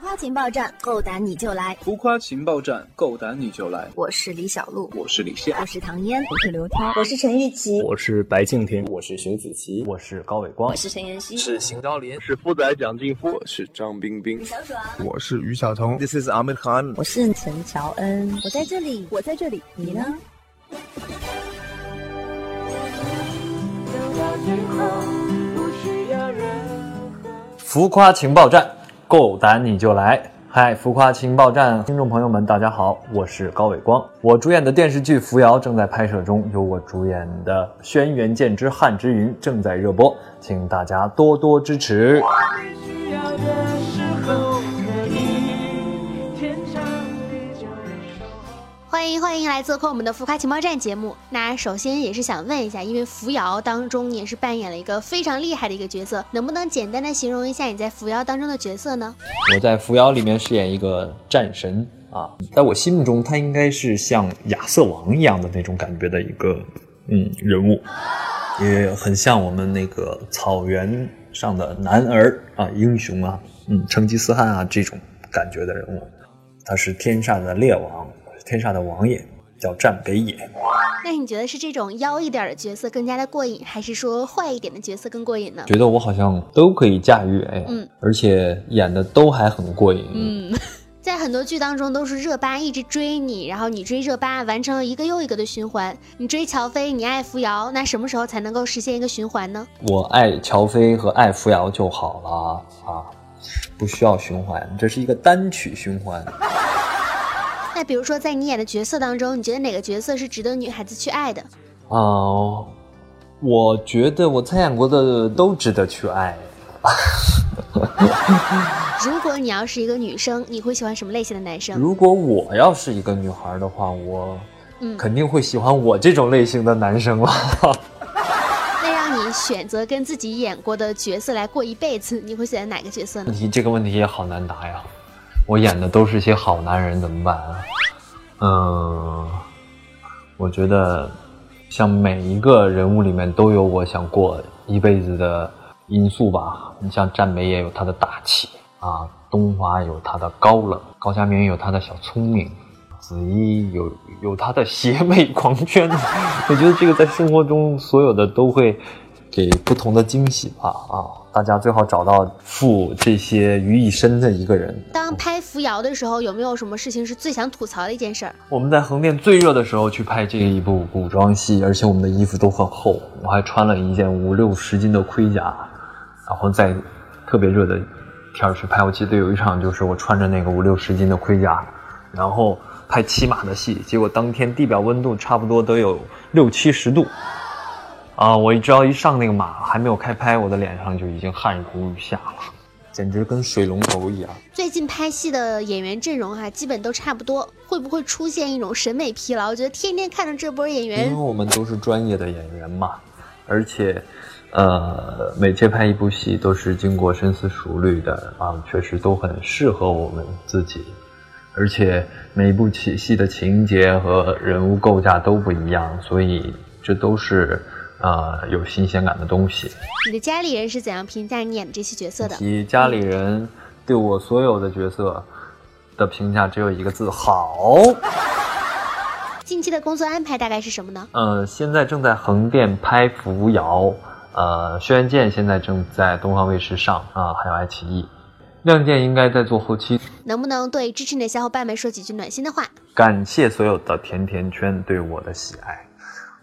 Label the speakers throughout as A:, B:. A: 夸情报站，够胆你就来！
B: 浮夸情报站，够胆你就来！
A: 我是李小璐，
B: 我是李现，
A: 我是唐嫣，
C: 我是刘涛，
D: 我是陈玉琪，
E: 我是白敬亭，
F: 我是徐子淇，
G: 我是高伟光，
H: 我是陈妍希，
I: 是邢昭林，
J: 是富仔蒋劲夫，
K: 我是张冰冰，
L: 小爽，
M: 我是于晓彤
N: ，This is Ahmed Khan，
O: 我是陈乔恩，
P: 我在这里，
Q: 我在这里，
O: 你呢？
G: 浮夸情报站。够胆你就来！嗨，浮夸情报站听众朋友们，大家好，我是高伟光。我主演的电视剧《扶摇》正在拍摄中，由我主演的《轩辕剑之汉之云》正在热播，请大家多多支持。
R: 欢迎欢迎来做客我们的浮夸情报站节目。那首先也是想问一下，因为《扶摇》当中也是扮演了一个非常厉害的一个角色，能不能简单的形容一下你在《扶摇》当中的角色呢？
G: 我在《扶摇》里面饰演一个战神啊，在我心目中他应该是像亚瑟王一样的那种感觉的一个嗯人物，也很像我们那个草原上的男儿啊，英雄啊，嗯，成吉思汗啊这种感觉的人物。他是天下的列王。天下的王爷叫战北野，
R: 那你觉得是这种妖一点的角色更加的过瘾，还是说坏一点的角色更过瘾呢？
G: 觉得我好像都可以驾驭，哎，嗯，而且演的都还很过瘾，
R: 嗯， 在很多剧当中都是热巴一直追你，然后你追热巴，完成了一个又一个的循环。你追乔飞，你爱扶摇，那什么时候才能够实现一个循环呢？
G: 我爱乔飞和爱扶摇就好了啊，不需要循环，这是一个单曲循环。
R: 那比如说，在你演的角色当中，你觉得哪个角色是值得女孩子去爱的？
G: 哦、uh,，我觉得我参演过的都值得去爱。
R: 如果你要是一个女生，你会喜欢什么类型的男生？
G: 如果我要是一个女孩的话，我肯定会喜欢我这种类型的男生了。
R: 那让你选择跟自己演过的角色来过一辈子，你会选择哪个角色呢？
G: 你这个问题也好难答呀。我演的都是些好男人，怎么办啊？嗯，我觉得像每一个人物里面都有我想过一辈子的因素吧。你像战梅也有他的大气啊，东华有他的高冷，高佳明有他的小聪明，子怡有有他的邪魅狂狷。 我觉得这个在生活中所有的都会给不同的惊喜吧啊。大家最好找到负这些于一身的一个人。
R: 当拍《扶摇》的时候，有没有什么事情是最想吐槽的一件事儿？
G: 我们在横店最热的时候去拍这一部古装戏，而且我们的衣服都很厚，我还穿了一件五六十斤的盔甲，然后在特别热的天儿去拍。我记得有一场就是我穿着那个五六十斤的盔甲，然后拍骑马的戏，结果当天地表温度差不多都有六七十度。啊！我一只要一上那个马，还没有开拍，我的脸上就已经汗如雨下了，简直跟水龙头一样。
R: 最近拍戏的演员阵容哈、啊，基本都差不多，会不会出现一种审美疲劳？我觉得天天看着这波演员，
G: 因为我们都是专业的演员嘛，而且，呃，每接拍一部戏都是经过深思熟虑的啊，确实都很适合我们自己，而且每一部戏戏的情节和人物构架都不一样，所以这都是。啊、呃，有新鲜感的东西。
R: 你的家里人是怎样评价你演的这些角色的？
G: 你家里人对我所有的角色的评价只有一个字：好。
R: 近期的工作安排大概是什么呢？
G: 呃，现在正在横店拍《扶摇》，呃，《轩辕剑》现在正在东方卫视上啊、呃，还有爱奇艺。《亮剑》应该在做后期。
R: 能不能对支持你的小伙伴们说几句暖心的话？
G: 感谢所有的甜甜圈对我的喜爱。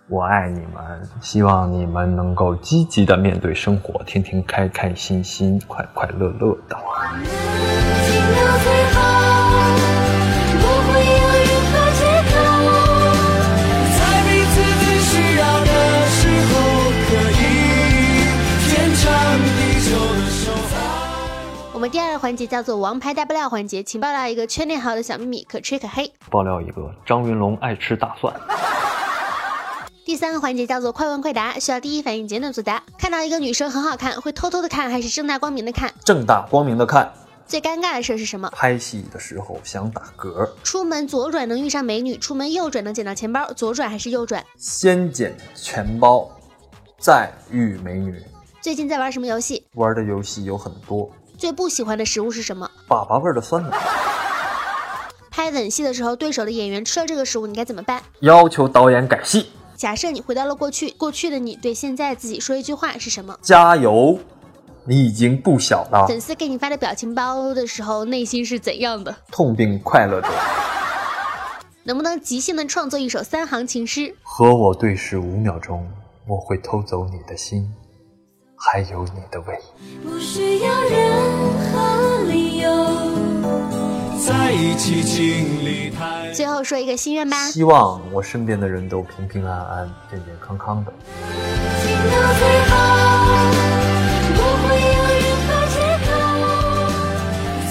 G: 我爱你们，希望你们能够积极的面对生活，天天开开心心、快快乐乐的。
R: 我们第二个环节叫做“王牌大爆料”环节，请爆料一个圈内好友的小秘密，可吹可黑。
G: 爆料一个张云龙爱吃大蒜。
R: 第三个环节叫做快问快答，需要第一反应简短作答。看到一个女生很好看，会偷偷的看，还是正大光明的看？
G: 正大光明的看。
R: 最尴尬的事是什么？
G: 拍戏的时候想打嗝。
R: 出门左转能遇上美女，出门右转能捡到钱包，左转还是右转？
G: 先捡钱包，再遇美女。
R: 最近在玩什么游戏？
G: 玩的游戏有很多，
R: 最不喜欢的食物是什么？
G: 粑粑味儿的酸奶。
R: 拍吻戏的时候，对手的演员吃了这个食物，你该怎么办？
G: 要求导演改戏，
R: 假设你回到了过去，过去的你对现在自己说一句话是什么？
G: 加油！你已经不小了，
R: 粉丝给你发的表情包的时候，内心是怎样的？
G: 痛并快乐着。
R: 能不能即兴的创作一首三行情诗？
G: 和我对视五秒钟，我会偷走你的心，还有你的胃。
C: 不需要任何理由，
D: 在一起经历太
R: 最后说一个心愿吧。
G: 希望我身边的人都平平安安、健健康康的。
C: 听到最后不会有任何借口，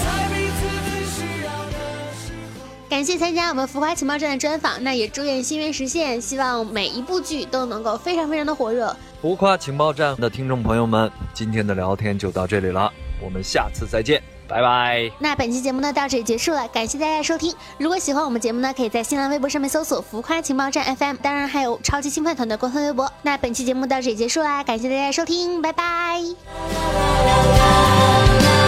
D: 在彼此最需要的时候。
R: 感谢参加我们《浮夸情报站》的专访，那也祝愿心愿实现，希望每一部剧都能够非常非常的火热。
G: 浮夸情报站的听众朋友们，今天的聊天就到这里了，我们下次再见，拜拜。
R: 那本期节目呢到这里结束了，感谢大家的收听。如果喜欢我们节目呢，可以在新浪微博上面搜索“浮夸情报站 FM”，当然还有超级星饭团的官方微博。那本期节目到这里结束啦，感谢大家的收听，拜拜。
C: 啦啦。